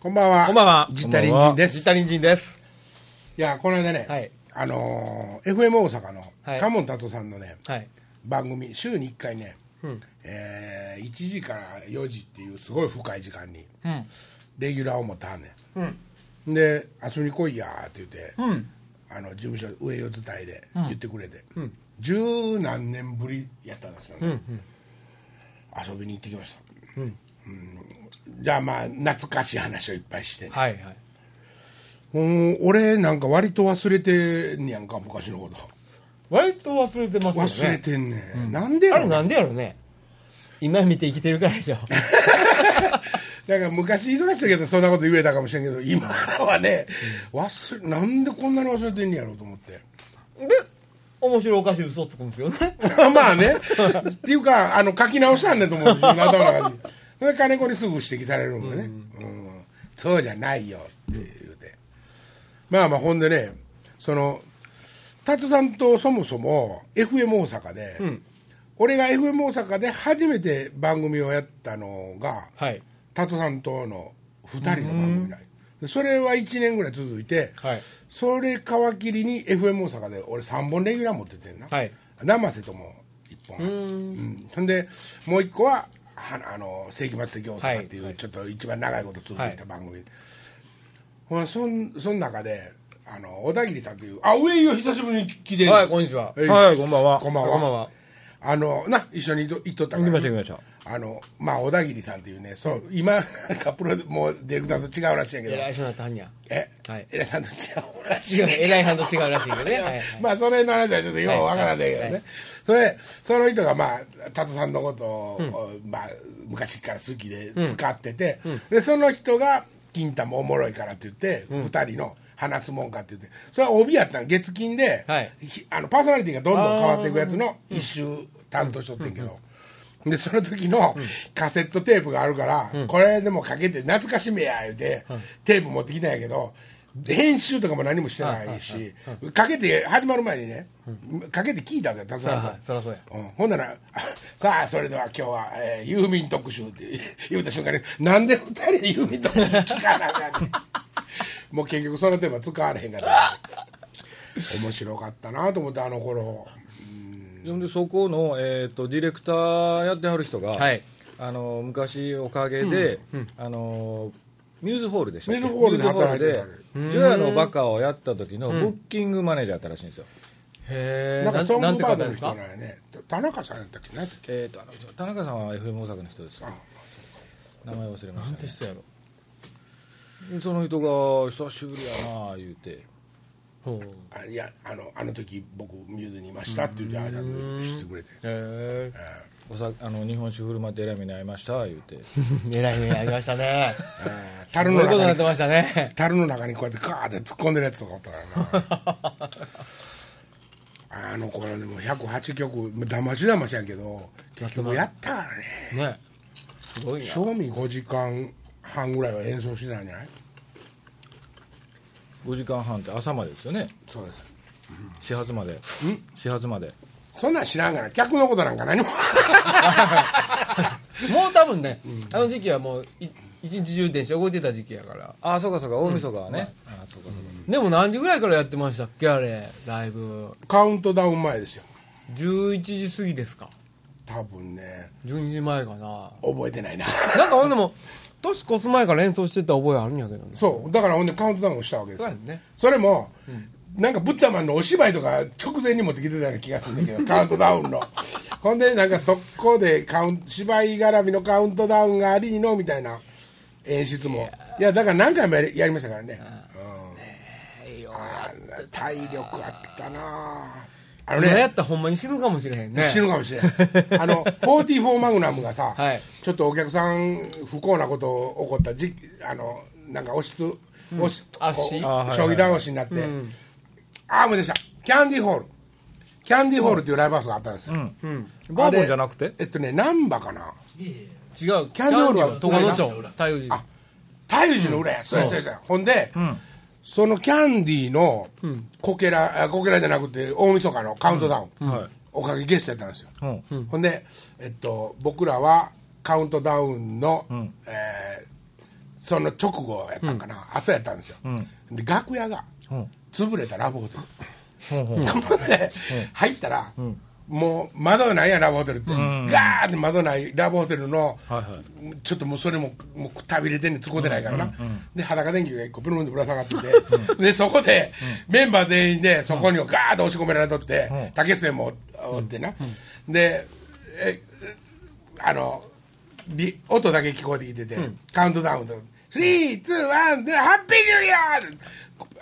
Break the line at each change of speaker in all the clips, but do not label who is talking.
こんばんは。
こんばんは。
ジタリンジンです。
ジタリンジンです。
いや、この間ね、
はい
あのー FM 大阪の、
はい
カモン達夫さんのね、
はい。
番組、週に1回ね、
うん。
えー1時から4時っていうすごい深い時間に、
うん。
レギュラーを持ってはんね
うん。
ん。で、遊びに来いやーって言って、
うん。
あの事務所上四つ隊で
うん
言ってくれて、
うん
十何年ぶりやったんですよね、
んうん
遊びに行ってきました、
うん。
じゃあまあ懐かしい話をいっぱいして、
はいはい。
うん俺なんか割と忘れてんねやんか昔のこと
割と忘れてますよ
忘
ね。
れてんねん、なんでや
あ
ろ
れ
う
なんでやろうね。今見て生きてるからじゃ。
なんか昔忙しいけどそんなこと言えたかもしれんけど今はね、忘れなんでこんなに忘れてんねやろうと思って
で、面白おかしい嘘つくんですよね。
まあねっていうかあの書き直したんねんと思う自分の頭の中でそれ金子にすぐ指摘されるもんね、うんそうじゃないよって言うて、まあまあほんでねその達さんとそもそも FM 大阪で、俺が FM 大阪で初めて番組をやったのが
はい。
タトさんとの2人の番組なんよでそれは1年ぐらい続いて、
はい
それ皮切りに FM 大阪で俺3本レギュラー持っててんな、
はい
生瀬とも1本
う
うんほんでもう1個ははあの世紀末的大阪っていう、
はいはい
ちょっと一番長いこと続いた番組、ほなそんその中であの小田切さんというあ上井を久しぶりに来て
はいこんにちは
え
はいこんばんは
こんばんは
こんばんは
あのな一緒にいと行っとったから
行きました行きまし
あのまあ小田切さんっていうねそう今なんかプロもうディレクターと違うらしいんやけど
偉い人になったはんにゃ。
え
はい
偉いさんと違うらしい
違う、偉いはんと違うらしいけどね。はいはい。
まあそれの話はちょっとようわからないけどね、
はいはい
それその人がまあ達さんのことを、まあ、昔から好きで使ってて、でその人が「金太もおもろいから」って言って、二人の話すもんかって言ってそれは帯やったん月金で、
はい
ひあのパーソナリティがどんどん変わっていくやつの一周担当しとってんけど。でその時のカセットテープがあるから、これでもかけて懐かしめや言うて、テープ持ってきたんやけど編集とかも何もしてないし、かけて始まる前にね、かけて聞いたわけよ達
はい
さん
はい。そらそうや。
うん、ほんならあ「さあそれでは今日は、えー、郵便特集」って 言うた瞬間に「なんで二人で郵便特集聞かなあかん ねんもう結局そのテーマ使われへんかった面白かったなと思ってあの頃
ょほんでそこの、えー、とディレクターやってはる人が、
はい
あの昔おかげで、あのミューズホールでしたっけ
ミューズホールで
ミュズホール
働いて
でジョヤのバカをやった時のブッキングマネージャーだったらしいんですよ、
へ
なんかソングバードの
です
人
か
なんやねた田中さんやったっけな
えー、とあの田中さんは FM 大阪の人です
あ
名前忘れま
な
し
ん
た、
て
ね、
人やろ。
でその人が「久しぶりやな」言うて
ほう。
あいやあのあの時僕ミューズにいましたって言って挨拶してくれて
へ
おさあの日本酒振る舞って偉い目に遭いました言 うて
え。偉い目にありましたね。
あー
す
樽
ご
の
いことに
中
なって
に
ましたね。
樽の中にこうやってガーって突っ込んでるやつとかおったから なあの頃でも108曲だましだましやけど結局やったからね
ね。すごいな。
賞味5時間半ぐらいは演奏してたんじゃない
5時間半って朝までですよね
そうです
始発まで始発まで
そんなん知らんから客のことなんか何 も
もう多分ね、あの時期はもうい一日中電車動いてた時期やから
ああそうかそうか大晦日はね、ああそうかそうか、
でも何時ぐらいからやってましたっけあれライブ
カウントダウン前ですよ
11時過ぎですか
多分ね
12時前かな
覚えてないな
なんかほんでも年越す前から演奏してた覚えあるんやけどね
そうだからほんでカウントダウンをしたわけです
そう
よ
やんね
それも、なんかブッダマンのお芝居とか直前に持ってきてたような気がするん だけどカウントダウンのほんでなんかそこでカウン芝居絡みのカウントダウンがありのみたいな演出もいやだから何回もやりやりましたからねうん、あー体力あったなああの
俺
ね
やったらほんまに死ぬかもしれへんね
死ぬかもしれないあの44マグナムがさ、
はい
ちょっとお客さん不幸なことを起こったじあのなんか押しつ、押し
あ
こう
し
あはい
将棋倒しになって、ああ思い出したキャンディーホールキャンディーホールっていうライブハウスがあったんですよ、
うん
バ
あ
ー
れ
ボンじゃなくて
えっとね難波かな
違うキ
ャンドルは
常
ない
野
な
町太陽寺
あ太陽寺の裏や、そうやそうやそうやほんで、
ん
そのキャンディーのこけらあこけらじゃなくて大晦日のカウントダウン、
はい
おかげゲストやったんですよ、
うん
ほんで、えっと、僕らはカウントダウンの、えーその直後やったんかな、朝やったんですよ、で楽屋が
うん
潰れたラブホテル、
ほうほう
ほんで入ったら、もう窓ないやんラブホテルって、ガーって窓ないラブホテルの、
はいはい
ちょっともうそれももうくたびれてんねんつこうてないからな、で裸電球が一個ブルンとぶら下がってて、でそこで、メンバー全員でそこにガーッと押し込められとって、
ん
竹末もおってな、でえあのり音だけ聞こえてきてて、カウントダウンと「スリーツーワンでハッピーニューイヤー!」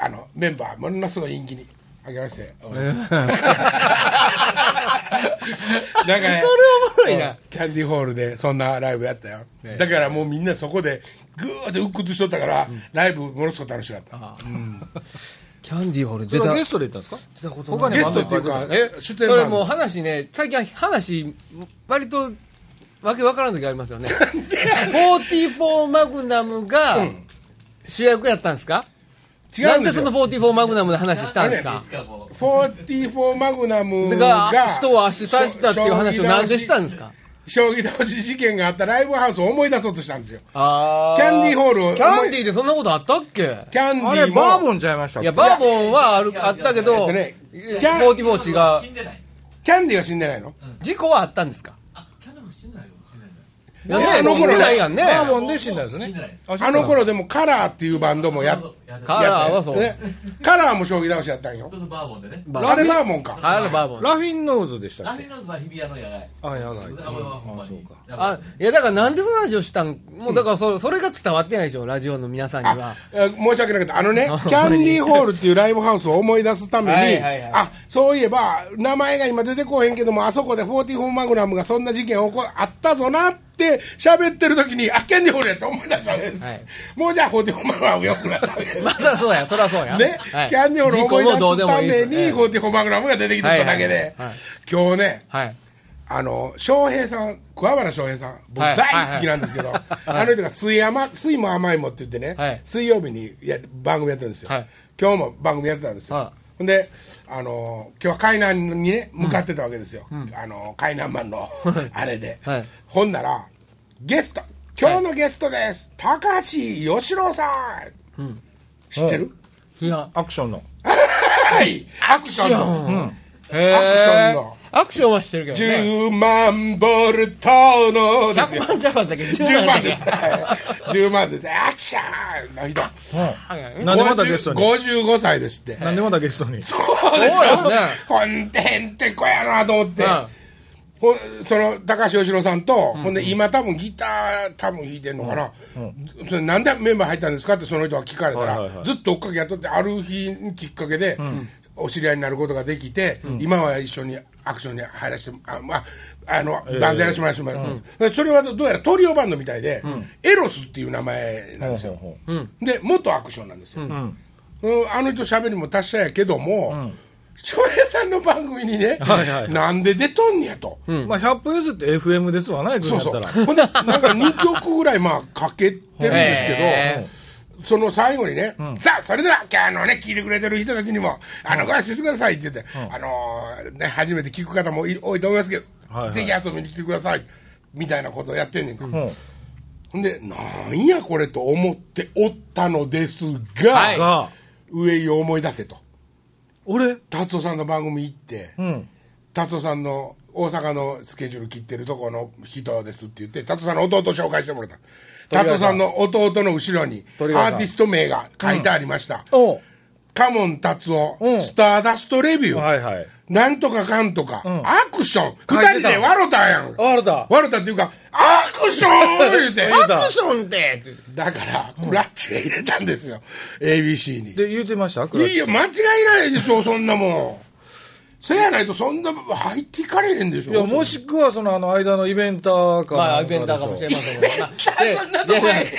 あのメンバーものすごい陰気にあげまして、 なんかね
おもろいな
キャンディーホールでそんなライブやったよ、だからもうみんなそこでグーって鬱屈しとったから、ライブものすごく楽しかった
キャンディーホール
そ
出
れは
た
ゲストで行ったんですか他に
ゲ
も
ス
あん
ト
の
っていうかえ出演
それ
番
もう
組
話ね最近話割とわけわからん時ありますよね44マグナムが主役やったんですか、
違
な
うんんで
ですその
よ
44マグナムの話したんですか
44マグナムが
が人を足さしたっていう話をなんでしたんですか
将棋倒し事件があったライブハウスを思い出そうとしたんですよ
あ
キャンディーホールを
キャンディーでそんなことあったっけ
キャンディ
あ
ー
れ
も
バーボンちゃいましたっ
い
け
やバーボンはあるあったけど、
えっとねキャン
44違う
キャンディーは死んでないの
事故はあったんですか
いやあの頃ね
いやね死んでないやんね
バーボンで死んだんですよね
あの頃でもカラーっていうバンドもやっ
カラーはそう、
ねカラーも将棋倒しやったんよ
バーボンでね。
バーボン
あれバーボンか
カラーバーボン
ラフィンノーズでした
ラ
っ
フ
け
ィノーズは日比谷の野外。
あやばい
あ
あそうか
あいやだからなんでその話をしたんもうだからそ,、それが伝わってないでしょラジオの皆さんに
あ
は
え申し訳なくてあの ねキャンディーホールっていうライブハウスを思い出すために
はいはいはい
あそういえば名前が今出てこうへんけどもあそこで44マグナムがそんな事件起こあったぞなって喋ってる時にあキャンディーホールやって思い出したんです、
はい
もうじゃあ44マグナムよくなったわけです
まあそりゃそうやそりゃそうや
ね、
はい
キャンディーホールを
事
思
故
い
もどう
出
ですも
た
いいで
め
す
に44マグナムが出てきてただけで、
はいはいはい
今日ね
はいはい
あの翔平さん桑原翔平さん僕
は
大
い
好きなんですけど、あの人が水甘「水も甘いも」って言ってね、
はい
水曜日にや番組やってるんですよ、
はい
今日も番組やってたんですよ、
は
ほんであの今日は海南にね向かってたわけですよ、あの海南マンのあれで、
はい
ほんならゲスト今日のゲストです、高橋義郎さん、知ってる、
いや
アクションの
はいアクションの
へー
アクションの
アクションはしてるけどね
10万ボルトのですよ
100万じゃなかったっけど
10万
だ
で
っ
す。10万です。アクションの人。
け
なんでまたゲストに
50 55歳ですって。
なんでまだゲストに
そうでし
そう
ょ
よね
ほんでへんてこやなと思って。
うん
ほんその高橋義郎さんと、ほんで今多分ギター多分弾いてんのかな、それなんでメンバー入ったんですかってその人が聞かれたら、
はいはいはい
ずっと追っかけやっとってある日にきっかけで、お知り合いになることができて、今は一緒にアクションに入らせてあ、まあ、あのバンドやらせてもらいました、それはどうやらトリオバンドみたいで、エロスっていう名前なんですよ、
ほ
で元アクションなんですよ、
ん
うんあの人喋りも達者やけども翔平、さんの番組にね、
はいはい
なんで出とんねやと、
まあ100分譲って FM ですわな行くん
そ
や
う
っ
そう
たら
ほんでなんか2曲ぐらいまあかけてるんですけど、
へ
その最後にね、さあそれでは今日のね聞いてくれてる人たちにもあのご挨拶してくださいって言って、あのーね、初めて聞く方もい多いと思いますけど、
はいはい
ぜひ遊びに来てくださいみたいなことをやってんねんか、
うん
ほんでなんやこれと思っておったのですが、
はい
が
上井を思い出せと
俺
達夫さんの番組行って、
うん
達夫さんの大阪のスケジュール切ってるとこの人ですって言って達夫さんの弟紹介してもらった達夫さんの弟の後ろにア
鳥川さん
ーティスト名が書いてありました、
お
カモン達夫、
うん
スターダストレビュー、
はいはい
なんとかかんとか、
ん
アクション
書いてた
二人で笑ったやん
あれだ
笑ったっていうかアクション言 うて
言うた
アクションって
だからクラッチが入れたんですよ ABC に
で言うてましたク
い
ラ
や
ッ
いや、間違いないでしょ、そんなもん。せやないと、そんな、入っていかれへんでしょ。
いやもしくはそのあの間のイベンターか
まあ
な
イ
んで
ベ
しょ
ン
う
ターかもしれませんけどまあ で
そんなとこへ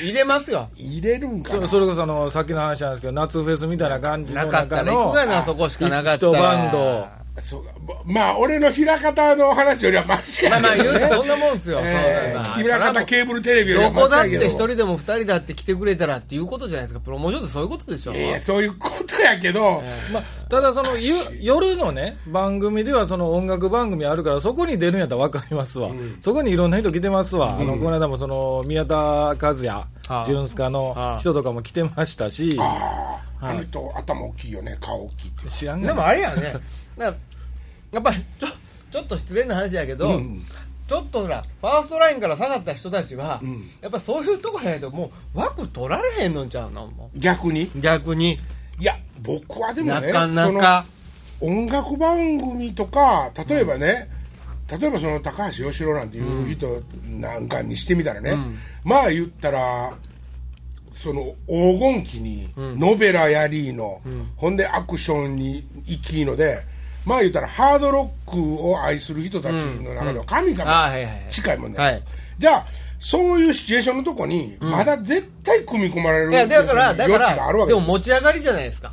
入れますよ
入れるんか
そ
な。
それこそあのさっきの話なんですけど夏フェスみたいな感じの
なかった
中
ら行
の
くがなそこしかなかった
一
ら
バンド
そうかまあ、俺の平方の話よりはマシや
まあ
けど
まあ
ね
言うてそんなもんですよ、
え
そうなんだ
ー平方ケーブルテレビより
ど
は
こだっ
マシ
て
やけ
一人でも二人だって来てくれたらっていうことじゃないですかプロモーションってそういうことでしょ、
いやいやそういうことやけど、
まあ、ただそのゆ夜のね番組ではその音楽番組あるからそこに出るんやったら分かりますわ、そこにいろんな人来てますわ、あのこの間もその宮田和也
はあ
ジュンスカの人とかも来てましたし、
ああ、あの人頭大きいよね顔大きいっていう
知らん
で
が
も
な
あれや ねだからやっぱりちょちょっと失礼な話やけど、
うん
ちょっとほらファーストラインから下がった人たちは、
ん
やっぱりそういうとこやないともう枠取られへんのんちゃうのも
逆に
う逆に
いや僕はでも
な
ね
かなか
その音楽番組とか例えばね、例えばその高橋義郎なんていう人なんかにしてみたらね、
ん
まあ言ったらその黄金期にノベラやリーノ、ほんでアクションに行きのでまあ言ったらハードロックを愛する人たちの中では神
あ
様
ーはいはいはい
近いもんね、
はい
じゃあそういうシチュエーションのとこにまだ絶対組み込まれる
いやだからだ
余
か
地があるわ
ら
けで
でも
すよ
持ち上がりじゃないですか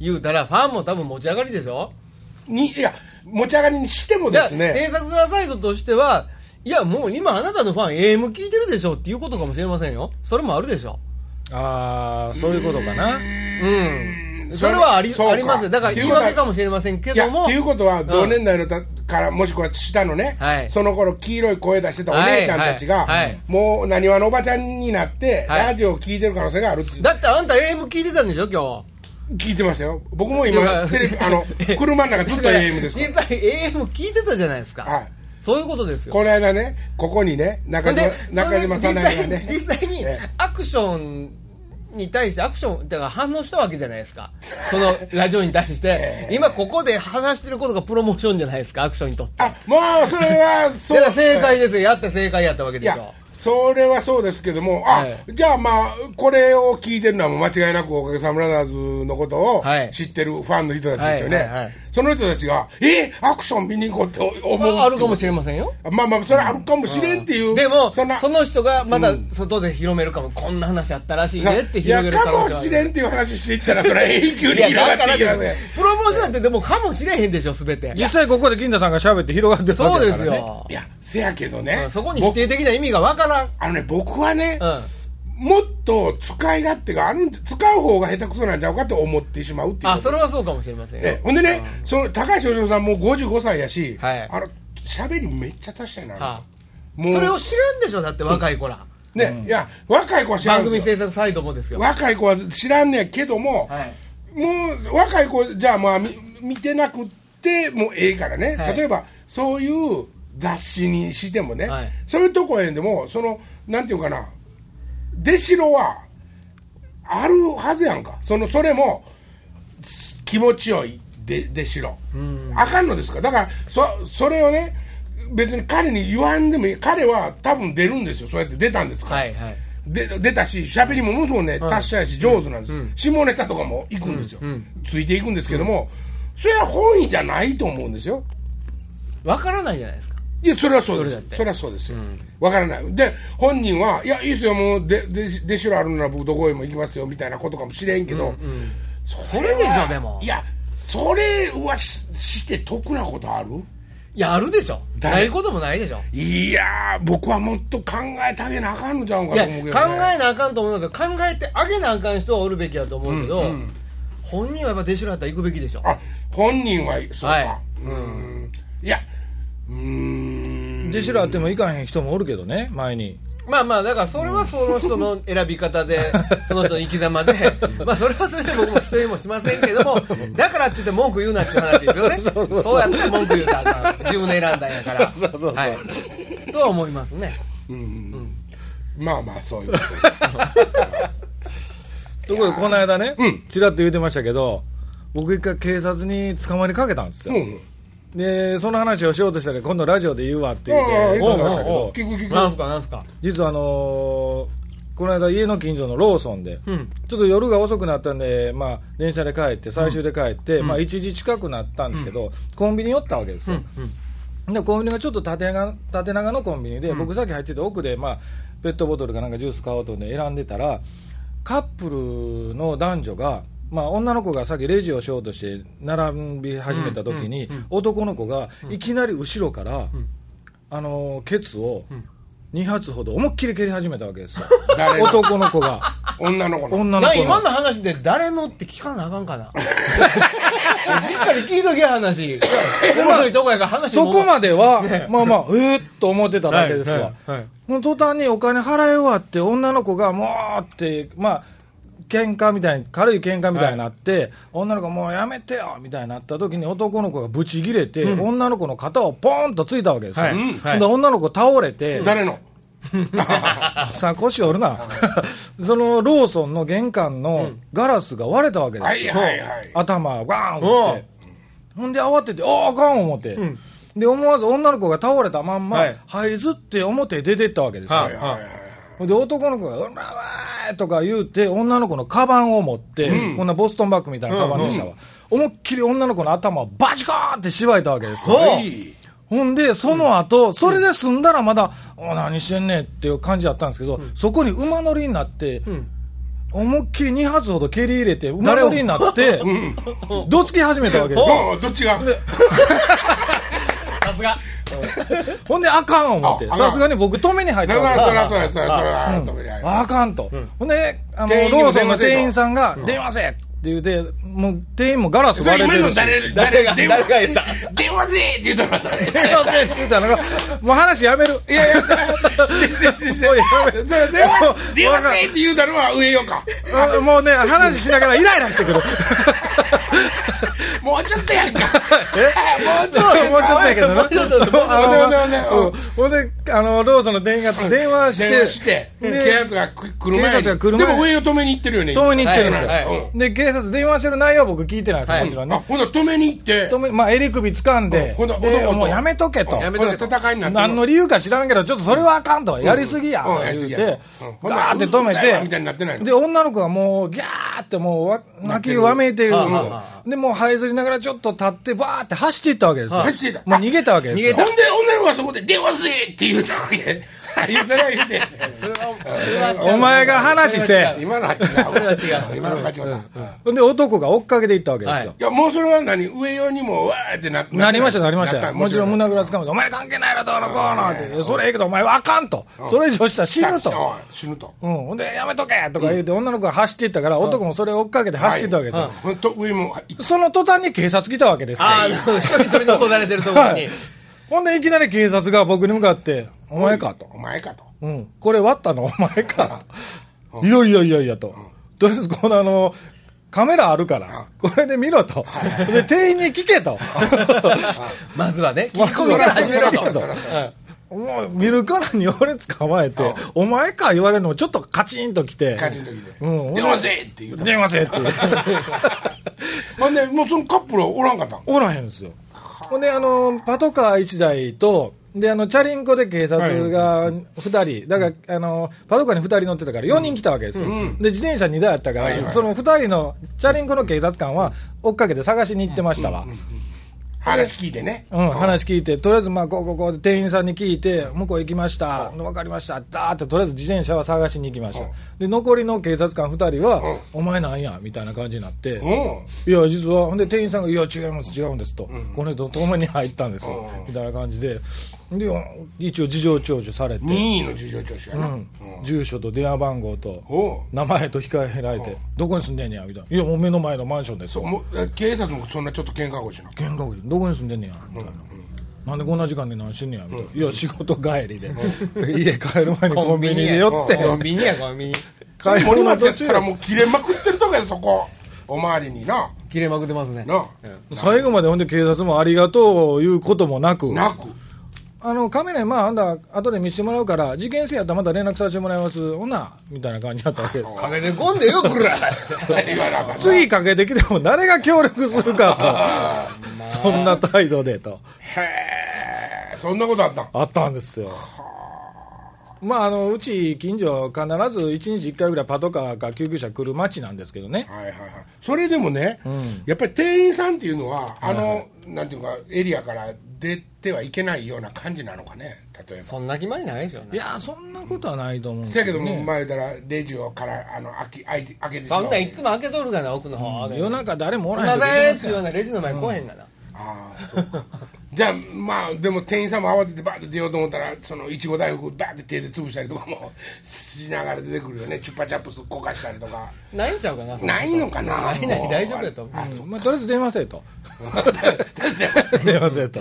言うたらファンも多分持ち上がりでしょ
にいや持ち上がりにしてもです
だから
ね
制作側サイドとしてはいやもう今あなたのファン AM 聞いてるでしょっていうことかもしれませんよそれもあるでしょ
ああそういうことかな
うん、
ん
それはあり
そうか
ありますよだから
っていう
言い
ことは
訳かもしれませんけ
いや
ども
っていうことは
ん
同年代のた、からもしくは下のね、
はい
その頃黄色い声出してたお姉ちゃんたちが、
はいはいはい
もうなにわのおばちゃんになって、
はい
ラジオを聞いてる可能性があるっていう
だってあんた AM 聞いてたんでしょ今
聞いてましたよ僕も
いや
今テレビあ の車の中ず
日
っと AM です
実際 AM 聞いてたじゃないですか、
はい
そういうことですよ
この間ねここにね中
ほん
島
で
中島さ
それ
ん
で
がね
実際実際に
え
アクションに対してアクションだから反応したわけじゃないで すかそのラジオに対して、今ここで話してることがプロモーションじゃないですかアクションにとってだ
あもうそれ はそ
か
う
ら正解ですよやって正解やったわけ
い
でし
や
ょ
それはそうですけどもあ、
え
じゃあまあこれを聞いてるのはもう間違いなくおかげさまブラザーズのことを
はい
知ってるファンの人たちですよね、
はいはいはい
その人たちが「えアクション見に行こう」って思う
ああるかもし
れ
れませんよ
まあまあそれはあるかもしれんっていう、
でもそ
んな
の人がまだ外で広めるかも、こんな話あったらしいねって
いや
広げる可
か
能
も
性はあ
し
る
れんっていう話していったらそれは永久
い
に
や
広が
だから
っ
だ
てい
け
く
ど
ので
プロモーションってでもかもしれへんでしょ全て
実際ここで金田さんが喋って広がってる
そ
わ
う
け
で
だか
す
ら、ね、
よ
い、やせやけどね、
うんそこに否定的な意味がわからん、
僕あのね僕はね、
うん、
もっと使い勝手があるん使う方が下手くそなんちゃうかと思ってしまうっていうこと
あそれはそうかもしれませんよ、
ええほんでね、その高橋洋次郎さんもう55歳やし、
はい
あの喋りめっちゃ足したいな、
はあ
もう
それを知らんでしょだって若い子ら、
ね、いや若い子は知ら
番
ん
組
ですよ
制作サイドもですよ
若い子は知らんねやけども、
はい
もう若い子じゃあまあみ見てなくてもええからね、
はい
例えばそういう雑誌にしてもね、
はい
そういうとこへんでもそのなんていうかな出城はあるはずやんかそのそれもす気持ちよいで出城あかんのですかだからそそれをね別に彼に言わんでもいい彼は多分出るんですよそうやって出たんですから、
はいはい
で出たし喋りもものすごくね達者やし上手なんです、下ネタとかも行くんですよ、ついていくんですけども、それは本意じゃないと思うんですよ
わからないじゃないですか
いやそれはそうで
それだ
す
っ
そ
て
れはそうですよ、わからないで本人はいやいいですよもうでで出しろあるなら僕どこへも行きますよみたいなことかもしれんけど、そは
それでしょでも
いやそれはしして得なことある
いやあるでしょ
誰
ないこともないでしょ
いやー僕はもっと考えてあげなあかんのちゃうんか
い
と
や
思うけど、ね、
考えなあかんと思いますよ考えてあげなあかん人はおるべきやと思うけど、本人はやっぱ出しろやったら行くべきでしょ
あ本人はそうか、
は
うんいやうーん
で知らあっても行かへん人もおるけどね前に
まあまあだからそれはその人の選び方でその人の生き様でまあそれはそれで僕も一人もしませんけどもだからって言って文句言うなっていう話ですよねそうやって文句言うたらあかん自分で選んだんやからはい、とは思いますね
まあまあそういうこと
ところでこの間ね、
うん
ちらっと言ってましたけど僕一回警察に捕まりかけたんですよ、
うん
でその話をしようとしたら今度ラジオで言うわって言って
うんうん
言ってましたけ
おうおうお
ど
う
聞く聞く
なんすかなんすか
実はあのーこの間家の近所のローソンで、
うん
ちょっと夜が遅くなったんで、まあ、電車で帰って最終で帰って、まあ、1時近くなったんですけど、コンビニ寄ったわけですよ、でコンビニがちょっと縦長縦長のコンビニで、僕さっき入ってて奥で、まあ、ペットボトルかなんかジュース買おうと思って選んでたらカップルの男女が、まあ、女の子がさっきレジをしようとして並び始めた時に、男の子がいきなり後ろから、あのーケツを2発ほど思いっきり蹴り始めたわけですよ、
誰が
男の子が
女の子の。
女の
な
子
今
の
の話で誰のって聞かなあかんかなしっかり聞いときゃ話おもろいとこやから話
そ
も
こま では、まあまあえーっと思ってただけですわ、
はいはい
もう途端にお金払い終わって女の子がもうってまあ喧嘩みたいに軽い喧嘩みたいになって、女の子もうやめてよみたいになった時に男の子がブチギレて、女の子の肩をポーンとついたわけですよ、
はい
うん
はい
で女の子倒れて、
誰 の
さあ腰折る なそのローソンの玄関のガラスが割れたわけですよ、
はいはいはい。
頭ガーン打って、ほんで慌てて、ああ、ガン思って、で思わず女の子が倒れたまんま、
は
はい
い、
ずって表へ出てったわけですよ、
は
は
い
いはいはい。
ほんで男の子が、うらわーとか言うて、女の子のカバンを持って、こんなボストンバッグみたいなカバンでしたわ、思いっきり女の子の頭をバチコーンって縛いたわけですよ。
そう
はい
ほんで、その後、それで済んだらまだ、お何してんねんっていう感じだったんですけど、そこに馬乗りになって、思いっきり2発ほど蹴り入れて、馬乗りになって、 どつき始めたわけですよ。
どうどっちが
さすが
ほんで、あかん思って
あ、あかん
さすがに僕、止めに入った
だ
わ
か
け
ら
です
そりゃそうや、そりゃそりゃ、改めりゃ
ああかんと、ほんで、あの
店員にも
ローソンの
電話せえと
店員さんが、電話せえって言うて、もう店員もガラス
それ
割
今
れてる
の
し。
誰、誰
誰が
が、
誰
電
が
話
言った
電話せえって言ったのは誰
すいませんって言ったのが、もう話やめる。いやいや、してしてしてして。もうやめる。それ
電話電話せえって言うたのは上よか。
あもうね、話しながらイライ ラしてくる。
もうちょっとやんか。もうちょっとやんか。
もうちょっとやけど な。
ね
あのうんほんで、あの、ローソンの店員が電話して、
電話して、警
で
察が来来る前
警察
に
が来る
で
前に
も上を止めに行ってるよね。
止めに行ってるんですよ。
はい
うん
で、警察電話してる内容は僕聞いてないですよ、
はい
もちろん
あ、
ね。
ほんなら止めに行って、
止め、まあ、襟首掴んで、
ほんなら
で
男と
もうやめとけと。
やめとけと戦いになって
何の理由か知らんけど、ちょっとそれはあかんと、やりすぎや、
うんやり
言
す
う
ぎや
て
うん、ほんなら
ガーって止
うるさいわ
め
みたいになってない
て、
の
で、女の子がもう、ギャーってもうわ、泣きわめいてるんですよ。で、もう、這いずりながらちょっと立って、バーって走っていったわけですよ。
走っていった
もう逃げたわけですよ。
ほんで女の子がそこで電話せえって言うたわ け。言うたら言うて。
それはそれはちゃう
お前が話せ
今のは違う。
違
今のは違うな。うん
で男が追っかけていったわけですよ、
はい
や、もうそれは何上用にもわーってなって
なりましたなりましたよもちろん胸ぐら
む。
つかめて「お前ら関係ないろどうのこうの」っていや「それええけどお前はあかん」と「それ以上したら死ぬ」と。
うん死ぬと。
うん、ほんで、やめとけとか言うて、女の子が走っていったから、男もそれを追っかけて走っていったわけですよ、
ほんと、上も、
その途端に警察来たわけですよ、
ああそう一人一人残されてるところ
は
に
い、ほんで、いきなり警察が僕に向かって、お前かと、
お前かと。
うん、これ割ったのお前か、いやいやいやいやと、とりあえずこのあの、カメラあるから、これで見ろと、で店員に聞けと。
まずはね聞き込みから始めろと
そらそらそら
もう見るからに俺捕まえて、お前か言われるのもちょっとカチンときて、
感じの時で。
うん
電話せえって言うた。
出ませんって。
ほんで、もうそのカップルはおらんかったん
おらへんですよ。ほんで、あの、パトカー1台と、で、あの、チャリンコで警察が2人、だから、あの、パトカーに2人乗ってたから4人来たわけですよ。で、自転車2台あったか
はいは
ら、
い
その2人のチャリンコの警察官は追っかけて探しに行ってましたわ。
話聞いてね。
うん、話聞いて、とりあえず、まあ、こうこうこう、店員さんに聞いて、向こう行きました、分かりました、だーって、とりあえず自転車は探しに行きました、で残りの警察官2人は、お前なんやみたいな感じになって、
うん。
いや、実は、ほんで、店員さんが、いや、違います、違うんですと、この人と共に入ったんです、みたいな感じで、で、一応、事情聴取されて、
任意の事情聴取やな。
うん住所と電話番号と、
おう
名前と控えられて、どこに住んでんねや、みたいな、いや、もう目の前のマンションです
そう
と。
もう警察 もそんなちょっと喧嘩腰な
見学どこに住んでんねやみたいな、なんでこんな時間に何してんねやみたいな、いや仕事帰りで、家帰る前にコンビニで寄って、
コンビニやコンビニ
買い
森
物
松
の
や
途
った
中
らもう切れまくってるとこやそこおまわりにな
切れまくってますね
な
最後までほんで警察もありがとう言うこともなく
なく
あのカメラにまああんだ後で見せてもらうから事件性やったらまた連絡させてもらいますほなみたいな感じだったわけです
かけてこんでよくら
言わなあかん
次かけてきても誰が協力する かとそんな態度でと
へえそんなことあったん
あったんですよ。まあ、あのうち近所、必ず1日1回ぐらいパトカーか救急車来る街なんですけどね、
はいはいはいそれでもね、やっぱり店員さんっていうのはあの、なんていうかエリアから出てはいけないような感じなのかね例えば
そんな決まりないですよ
い
ね
や、そんなことはないと思うんです
せやけど、
ね、
前言うたらレジをからあの開き開いて開けてしま
そ
うん
なんいつも開けとるがな奥の方
夜中、誰もお
す
ら
ん
へ
な
んとこ
さい
行
っ
き
ていうようなレジの前来おへんがな
ああそうかじゃあまあでも店員さんも慌ててバーって出ようと思ったらそのいちご大福バーって手で潰したりとかもしながら出てくるよねチュッパチャップスこかしたりとか
ないんちゃうかなそん
ないのかな
ないない大丈夫やと
思
思
う
う
あそう
まあ、とりあえず電話せえと電話せえと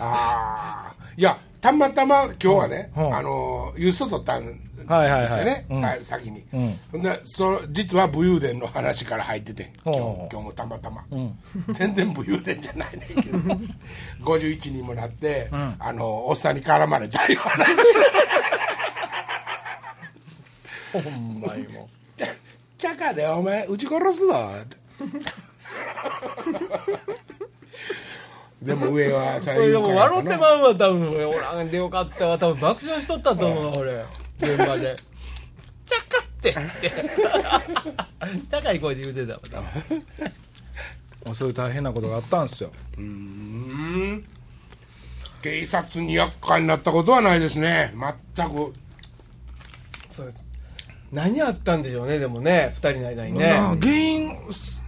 あーいやたまたま今日はね、
うんうん
あのーユースト取ったんですよね、
はいはいはい
さ先に、でその実は武勇伝の話から入ってて今日
ほう
今日もたまたま、全然武勇伝じゃないねんけど51にもなって、あのーおっさんに絡まれたいう話
まにも
チャカでお前撃ち殺すぞって でも上は
これでも笑って
す
まうわ多分おらんでよかったわ多分爆笑しとったと思うわ俺現場で「ちゃかって」って高い声で言うてたわ多分
もうそういう大変なことがあったんですよ
警察に厄介になったことはないですね全く
そうです何あったんでしょうねでもね2人の間にね
な原因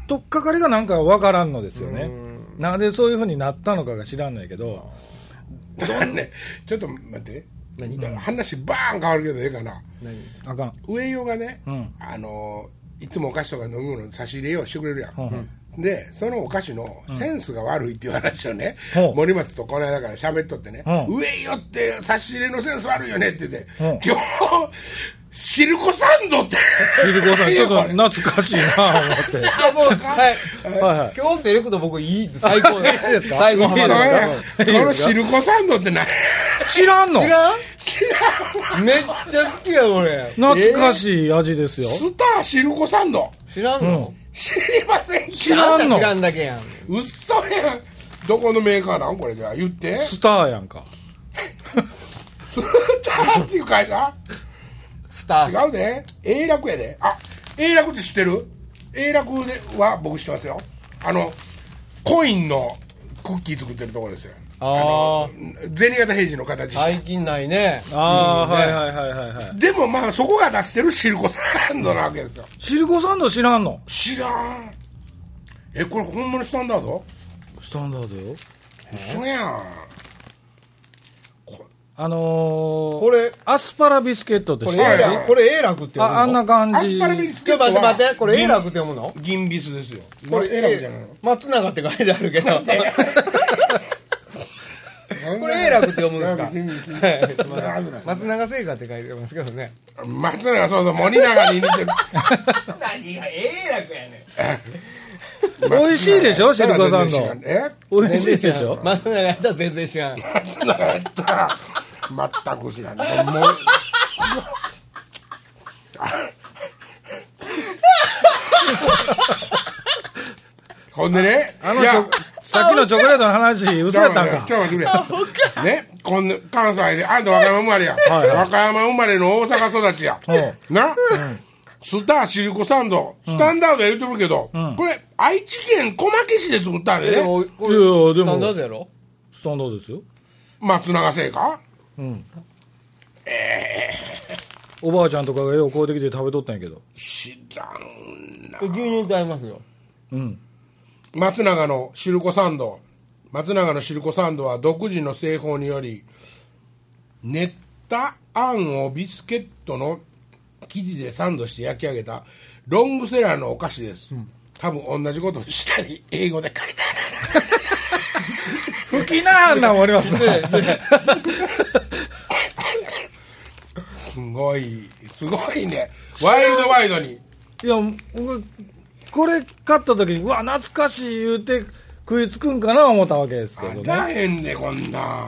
取っかかりがなんかわからんのですよねなんでそういうふうになったのかが知らんのやけど
どんね、ちょっと待って
何
話バーン変わるけどええかな
何
あかん
上用がね、
うん
あのいつもお菓子とか飲み物の差し入れをしてくれるやん、
うん
でそのお菓子のセンスが悪いっていう話をね、
ほう
森松とこの間から喋っとってね、
うん
上よって差し入れのセンス悪いよねって言って、
う
今
ん
日シルコサンドって
ヒルコさんちょっと
いやこれ
懐かしいなあ思って
いやもうはい
はいはい
今日セレクト僕いいです最高です
いいですか
最
そ
高ま
う
で
や
いいです
こ
よ
のシルコサンドって何
知らんの
知らん
知らんわ
めっちゃ好きや俺
懐か
い
しい味ですよ、
スターシルコサンド
知らんの
知りませんけど
知らんの
あた知らんだけやん
うっそやんどこのメーカーなんこれじゃあ言って
スターやんか
スターっていう会社
スター
違うで永楽やであ永楽って知ってる永楽では僕知ってますよあのコインのクッキー作ってるとこですよ
ああ
銭形平次の形した、
最近ないね
ああ、
うんね
はいはいはいはいはい
でもまあそこが出してるシルコサンドなわけですよ
シルコサンド知らんの
知らんえこれほんまにスタンダード
スタンダードよ
嘘やんこ
あのー、
これ
アスパラビスケットって
こ
知
れ
っ
永
てる
や
楽これ永楽って読むの
ああんな感
ア
じ
スパラビス
ち
ケ
ょ
ッ
っと
ト
待って
は
待ってこれ永楽って読むの
銀ビスですよ
こ
こ
れ
れ永楽じゃないの
松永って書いてあるけどこれ永楽って読むん ですか
永楽って
はい
永楽
松永製菓って書いてますけどね
松永そうそう森永に似て る
何が永楽やね
美味しいでしょシルコサンド
え
美味しいでしょ
松永やったら全然知らん
松永やったら全く知らないもうほんでね
あの
い
ち
や
ょさっきのチョコレートの話嘘やったんか
ちょっと待ってくれねこんな関西であんた和歌山生まれや、
はいはい
和歌山生まれの大阪育ちや、
う
な、スターシルコサンドスタンダードや言うてるけど、これ愛知県小牧市で作ったんで
で
ね
もこれ
いやいや
ス
でも
タンダードやろ
スタンダードですよ
松永製菓
おばあちゃんとかがよう買うてきて食べとったんやけど
知らんな
これ牛乳と合いますよ
うん
松永のシルコサンド松永のシルコサンドは独自の製法により練ったあんをビスケットの生地でサンドして焼き上げたロングセラーのお菓子です、多分同じことを下に英語で書いてあ る
吹きなあんなんもありますわ
すごいすごいねワイルドワイドに
いや僕これ買った時にうわ懐かしい言うて食いつくんかな思ったわけですけど
あ
ね
らへんねこんな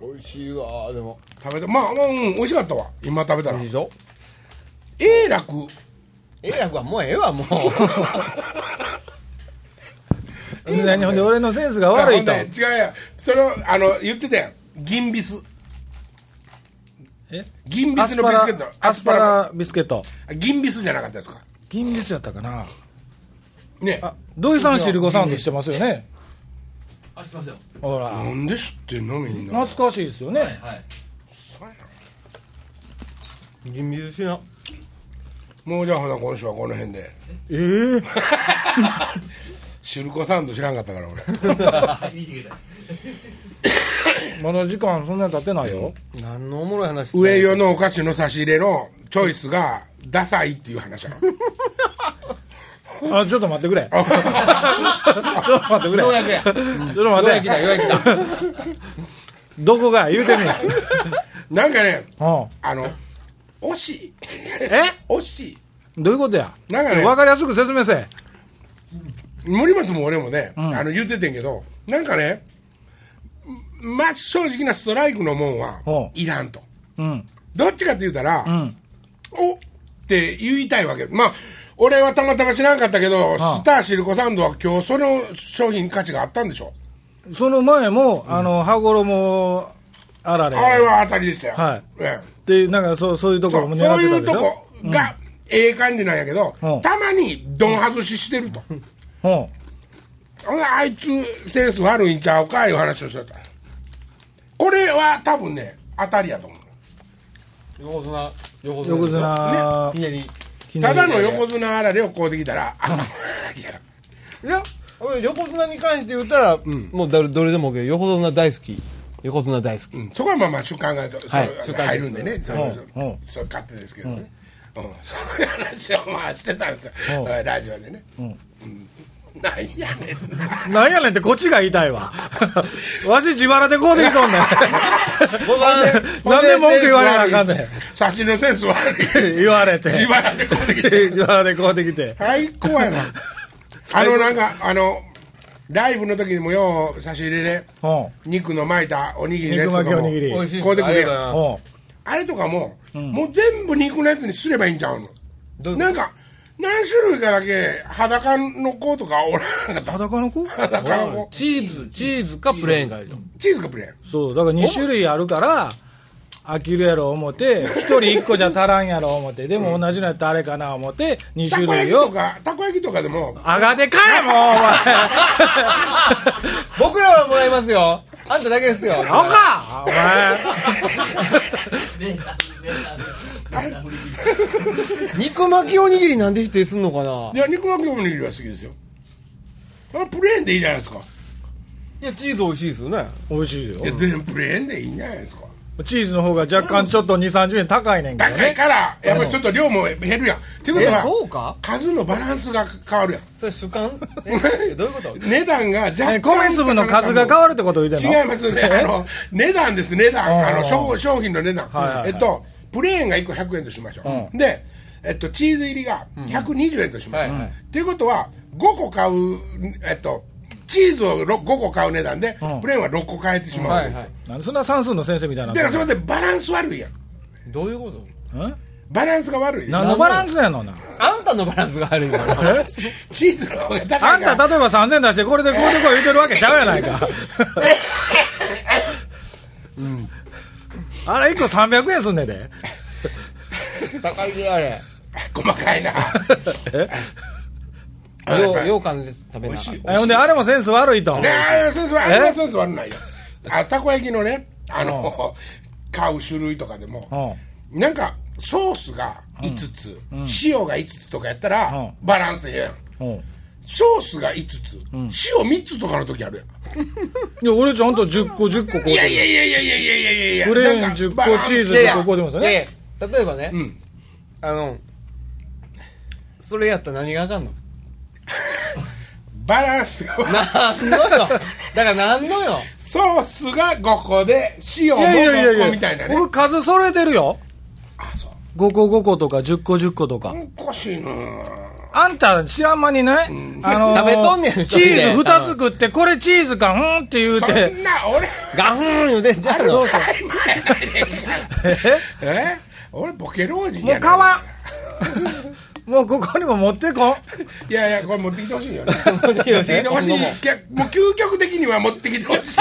美味しいわでも
食べたまあうん美味しかったわ今食べたら
いいでしょ
永楽
永楽はもうええわもう
何ほんで俺のセンスが悪いと
あほんで違うやそれをあの言ってたやん銀ビス
え
銀ビ
ア
ス
ス
の
パ
ビス
ラ
ケット
アスパラビスケット
あ銀ビスじゃなかったですか
銀ビスやったかな
ね
あ土井さんシルコサンドしてますよねほら
なんで知ってんのみんな
懐かしいですよね
銀ビス知らん
もうじゃあほな今週はこの辺で
ええ
シルコサンド知らんかったから俺
まだ時間そんなに経ってないよ。
何のおもろい話してんの
上用のお菓子の差し入れのチョイスがダサいっていう話なの
あ、ちょっと待ってく れ。ちょっと待ってくれ。
ようやくや。
ちょっと
よう
待
や
っ
く
て。
だ、ようやくだ。
どこが言うてみ。うん。
なんかねあの惜しい
え
惜しい
どういうことや
なんかね
わかりやすく説明せえ。
森松も俺もね、
ん
あの言っててんけどなんかねまあ正直なストライクのもんは
ほ
いらんと
うん。
どっちかって言うたら、
うん。
おって言いたいわけ。まあ、俺はたまたま知らんかったけど、
あ
スターシルコサンドは今日その商品価値があったんでしょ。
その前も、あの、羽衣あられ。
あれは当たりでしたよ。
はい
え
っていう、なんかそう、そういうと
え
こ
そ
ろ
う
も狙
そうい
って
う
た
と
でしょ
こが、ええ感じなんやけど、
うん
たまにドン外ししてると。
うん。
ほんであいつセンス悪いんちゃうかいう話をしてた。これは多分ね、当たりやと思う。
横綱、横綱。
横綱
ひねり。
ひね
た
り
だの横綱あられをこうできたら、あ いや
いや、俺、横綱に関して言ったら、もうだるどれでも OK。横綱大好き。横綱大好き。
うんそこはまあまあ主観が、そう
はい主観ですね
入るんでね、それ
うんうん
それ勝手ですけどね、うん そういう話をまあしてたんですよ、
う
ラジオでね。うんなんやねんな。
なんやねんってこっちが言いた いわ。わし自腹でこうできとんねん。なんで文句言われなあかんねん。
写真のセンス悪い。
言われて。
自腹でこうできて。
自腹でこうできて。
最高やな。 あのなんか、あの、ライブの時にもよう差し入れで、
うん。
肉の巻いたおにぎりのや
肉
つと
巻き
か
お
も
にぎり。
美
う
味しい
こうで
で
くれよ
ん。
あれとかも、もう全部肉のやつにすればいいんちゃうの
どういうこと
なんか、何種類かだけ裸の子とかおらんかっ
裸の子
た。裸の子。
チーズ、チーズかプレーンがいいの。
チーズがプレーン。
そう、だから2種類あるから、飽きるやろ思って、1人1個じゃ足らんやろ思って、でも同じのやったらあれかな思って、2
た
種
こ焼
類
きと
を。
か、たこ焼きとかでも、
あがでかいもう、お前。
僕らはもらいますよ。あんただけですよ。
あかお前。
肉巻きおにぎりなんで否定すんのかない
や、肉巻きおにぎりは好きですよ。あプレーンでいいじゃないですか。
いや、チーズ美味しいですよね。
美味しい
い
よ
や、。全然プレーンでいいんじゃないですか。
チーズの方が若干ちょっと2、30円高いねんけど
高い
ね。
から、やっぱりちょっと量も減るやん。ってこと
え、そう
は、
か
数のバランスが変わるやん。
それ主観えどういうこと
値段が若
え
干。
米粒の数が変わるってこと言うてんの
違いますね、あの値段です、値段、あ
あ
の
ー
商商品の値段、
はいはいはい
えっと、プレーンが1個100円としましょう、で、えっと、チーズ入りが120円としましょう。
はいはい
っていうことは、5個買う、えっと、チーズを5個買う値段で、
うん
プレーンは6個買えてしまうわ
は
け
い
ですよ、
はい。
なんでそんな算数の先生みたいな
だからそれでバランス悪いやん、
どういうこと
ん
バランスが悪い、
何のバランスやのな
あんたのバランスが悪いんだよ。
チーズの方が高いから、
あんた例えば3000円出してこれでこうでこう言うてるわけちゃうやな いかあれ1個300円すんねんで
高いであれ。
細かいな、
え
よ
やっぱ
う、
り
ようかんで食べ
美
な
味。しい。
ほんであれもセンス悪いと
ねあそうそうあれ
え
はそうそう悪ないよあたこ焼きのねあの、買う種類とかでも、なんかソースが5つ、塩が5つとかやったら、
うん
バランスええやん
うんうん
ソースが5つ、塩3つとかの時ある
いや俺ちゃんと10個10個こう
やんいやい
て
やいやいやいやいやいやいやいや
プレーン
なんか
10個
バラン
チーズ
いやいや
ここでもそうね
いやいや例えばね、
ん
あの、それやったら何があかんの
バランスが悪い
なんのよ。だからなんのよ。
ソースが5個で塩も
いやいやい
5
や
個
い
みたい
や
なね
僕数揃えてるよ
あそう
5個5個とか10個10個とか
おかしいな
あんた知らん間にね、あのー
食べとんねん一人
チ
で
ーズ2つ食ってこれチーズかうんって言う
そん
て
な俺
ガフーン言うてんじゃん。
そうそう
買い物やないねんから え
え
俺ボケ老人
も
やね
う買わん もうここにも持ってこん
いやいやこれ持ってきてほしいよね
持ってきて
持
ほしい
ってきてほしいいやもう究極的には持ってきてほし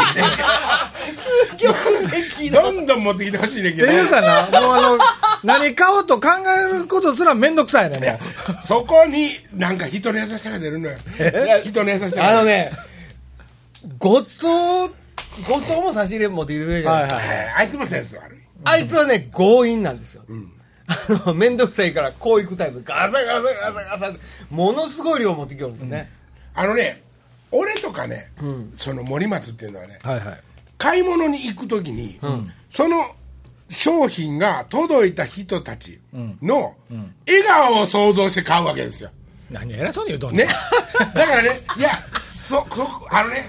いねどんどん持ってきてほしいねん
っ
け
て
ど
いうかなもうあの何買おうと考えることすらめんどくさいねもう
そこになんか人の優しさが出るのよ人の優しさ
あ
が
のね、後藤、後藤も差し入れ持ってきてくれるじゃないですか。
はいあいつもセンス悪い
あいつはね、強引なんですよ。あの、めんどくさいから、こう行くタイプ。ガサガサガサガサってものすごい量持ってきよるんですよね。
あのね俺とかね、その森松っていうのはね
はいはい
買い物に行くときに、その商品が届いた人たちの笑顔を想像して買うわけですよ。
何偉そうに言うとん
ね。だからね、いや、そ、そあのね、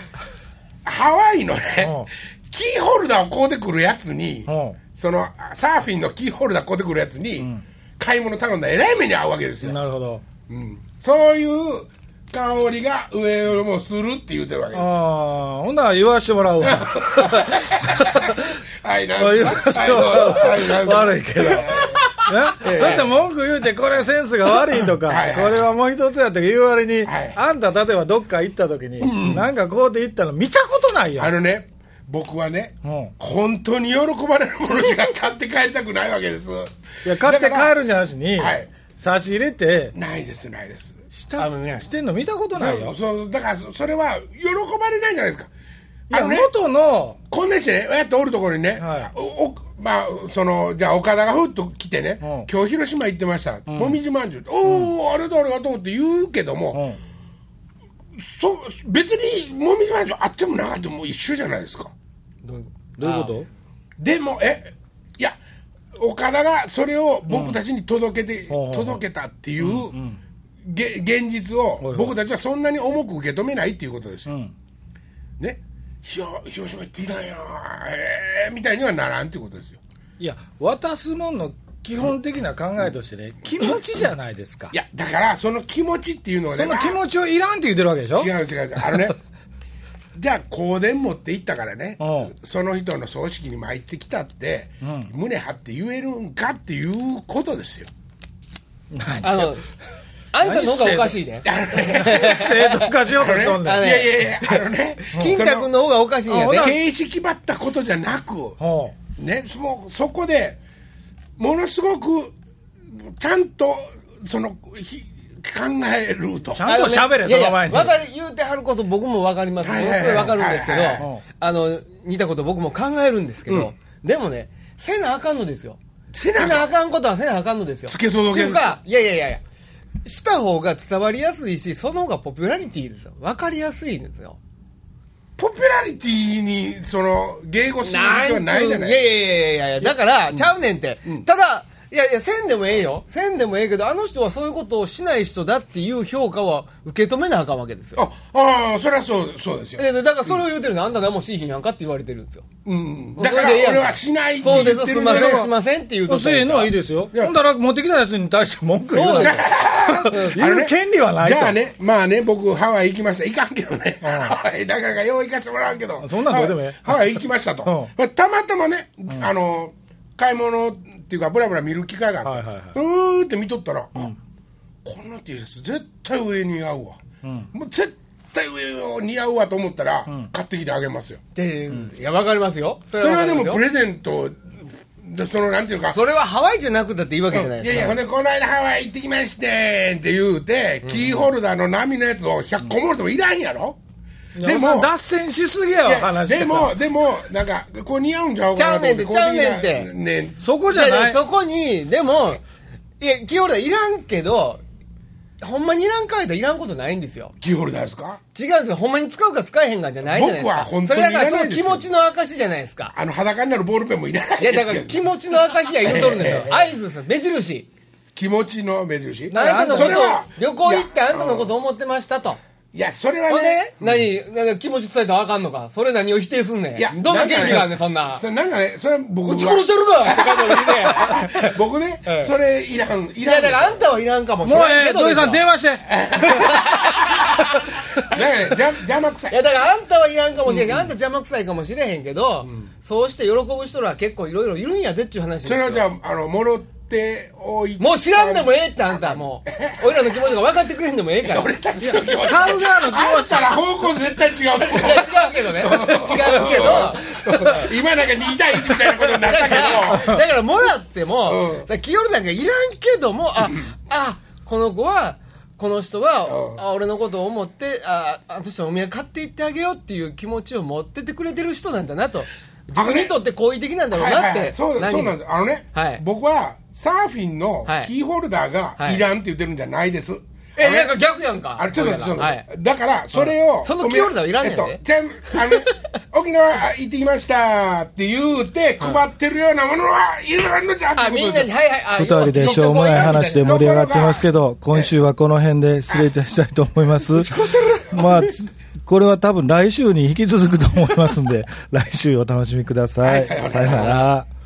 ハワイのね
うん、
キーホルダーを買うてくるやつに
うん、
その、サーフィンのキーホルダー買うてくるやつに、買い物頼んだらえらい目に遭うわけですよ。
なるほど
うんそういう香りが上をもうするって言うてるわけ
あ
で
あほんなら言わしてもらう わ
す。はい、なん
まあ言う
すか。はい、どうぞはい、なんすか
悪い けど。えだって文句言うてこれセンスが悪いとか
はいはい
これはもう一つやって言う割に、
はい
あんた例えばどっか行った時に、なんかこうで行ったの見たことないや
あ
ん、
のね、僕はね、
うん
本当に喜ばれるものしか買って帰りたくないわけです。
いや買って
だから
帰るんじゃなしに、
はい
差し入れて
ないです、ないです。
した
あのね
してんの見たことないよ、
そうだからそそれは喜ばれないんじゃないですかあの
いや
ね
元の
こんなにしてねやっておるところにね、
はい
おおまあそのじゃあ岡田がふっと来てね、
うん
今日広島行ってました、もみじまんじゅうおお、ありがとうありがとうって言うけども、
うん
そ別にもみじまんじゅうあってもなかったも一緒じゃないですか
どういうこ
どういうこと
でもえいや岡田がそれを僕たちに届けて、
うん
届けたっていう、げ現実を
い
僕たちはそんなに重く受け止めないっていうことですよ、
ん
ねひよ広島行っていいなよええみたいにはならんっていうことですよ
いや渡すもんの基本的な考えとしてね、気持ちじゃないですか
いやだからその気持ちっていうのはね
その気持ちをいらんって言ってるわけでしょ
違う違う違うあのね じゃあ香典持って行ったからね
うん
その人の葬式に参ってきたって、
ん
胸張って言えるんかっていうことですよ
何
とあの、あんたの方がおかしいね。
正当化しようとしとん
い
ねん
あのね
やいやいやあの ね
金太君の方がおかしいんや
あほな
ね。
形式ばったことじゃなく
ほう
ね、もうそこでものすごくちゃんとそのひ考えると
ちゃんと喋れ、
あのねいやいや
その前に。
わかる、言うてはること僕もわかります。も
は
の
い
す
は
ご
いはい
いわかるんですけど
はいはい
はいうん、
あの、似たこと僕も考えるんですけど、でもね、せなあかんのですよ。
せなあか
せ
ん
なあかんことはせなあかんのですよ。
つけ届け
っていうか、いやいやいやいや、した方が伝わりやすいし、その方がポピュラリティですよ。わかりやすいんですよ。
ポピュラリティにその迎合する必要はないじゃない
いやいやいやいやいやだから、ちゃうねんって、ただいやいやせんでもええよせんでもええけどあの人はそういうことをしない人だっていう評価は受け止めなあかんわけですよ
ああーそれはそうそうですよ、
ででだからそれを言うてるの、あんた何もしいひんやんかって言われてるんですよ
うん、だか
そ
ら
れでええやん
俺はしないって
そう
言
です
って
す
る
んま
だ
せん
ろ
すんませんって言うと
そういうのはいいですよ。ほんだら持ってきたやつに対して文句言う
そうで
な
す
あの
言う
ね
権利はない
じ
と。
ゃあねまあね僕ハワイ行きました行かんけどね、ハワイなかなかよう行かしてもらうけど
そんなんどうでもええ
ハワイハワイ行きましたと、
うん
まあたまたまね、あの買い物っていうかブラブラ見る機会があって、
はいはいはいう
ーって見とったら、あこの T シャツ絶対上に似合うわ、もう絶対上に似合うわと思ったら、買ってきてあげますよ
でいやわかりますよ
そ
そ
れはでも
わか
プ
りますよ
レゼントでそのなんていうか
それはハワイじゃなくたっていいわけじゃない
い
で
やいや、ほ
すか
んで、この間ハワイ行ってきましてんって言うて、キーホルダーの波のやつを100個もろてもいらんやろ、
いや
で
そん
も
な、脱線しすぎや
い
わ、
や
話が
でも、でも、なんか、こう似合うんちゃうかなと思って
ちゃうねんてちゃ
こう似合
うねんて
うねん
そこじゃ
いやい
な
や
い。
そこにでもいや清原いらんけどほんまにいらんかいたらいらんことないんですよ
キーホルダーですか
違うんですよ。ほんまに使うか使えへんかじゃないじゃないですか。
僕は本当にいら
それ
ないです
だか
よ
らその気持ちの証じゃないですか。
あの、裸になるボールペンもいらない
いや、
で
だ
す
から
け
気
ど。
持ちの証や言うとるんですよ
え。え
合図ですよ。目印。
気持ちの目印。
あなたのこ
それは
と、旅行行ってあんたのこと思ってましたと。
いや、それは
ほん
ね
で、、何、なんか気持ち伝えたらあかんのか。それ何を否定すんねん。
いや、
どんな権利があんねん、そんな。
それなんかね、それは僕は
撃ち殺してるかって書いてあるね
僕ね、それいらん、い
い
らん。
や、だからあんたはいらんかもし
も
れ
う
ない
え
け
え、
ど
土
で
井
すよ。
さん電話して。
だからね邪邪魔くさ
い
い。
やだからあんたはいらんかもしれんけど、あんた邪魔くさいかもしれへんけど、そうして喜ぶ人らは結構いろいろいるんやでっちゅう話です
それ
よ
はじゃあ、あの、もろっておいて
もう知らんでもええってあんたもう俺らの気持ちが分かってくれんでもええから
俺たちの気持ち。
買う側の気
あ
持
んたら方向絶対違う。
いや違うけどね違うけど
今なんか2対1みたいなことになっ
だ
た
か
け
らだからもらっても、
うん
さ清るなんかいらんけどもああこの子はこの人は、
うん
あ俺のことを思ってああの人のお土産買っていってあげようっていう気持ちを持っててくれてる人なんだなと自分にとって好意的なんだ
ど。
ろ
は
う
い
な
は
って、
いはい、そう
何
そうなんです。あのね、
はい
僕はサーフィンの
はい
キーホルダーが
はい
いらんって言ってるんじゃないです。
え、なんか逆やんか。
あれちょっと待って、ちょっと
は
待っ
い
て。だから、それを、
その
ごめ
キーホルダーいらんねんで
えっと、ちゃん、あ の、沖縄行ってきましたって言うて、配ってるようなものはいらんのじゃって
あ、
ことで
み
す
んなに、はいはい、あ
二人でしょうもない話で盛り上がってますけど、今週はこの辺で失礼いたしたいと思います。
こうする
まあ、つこれは多分来週に引き続くと思いますんで、来週お楽しみください。
はいはいはい
さよなら。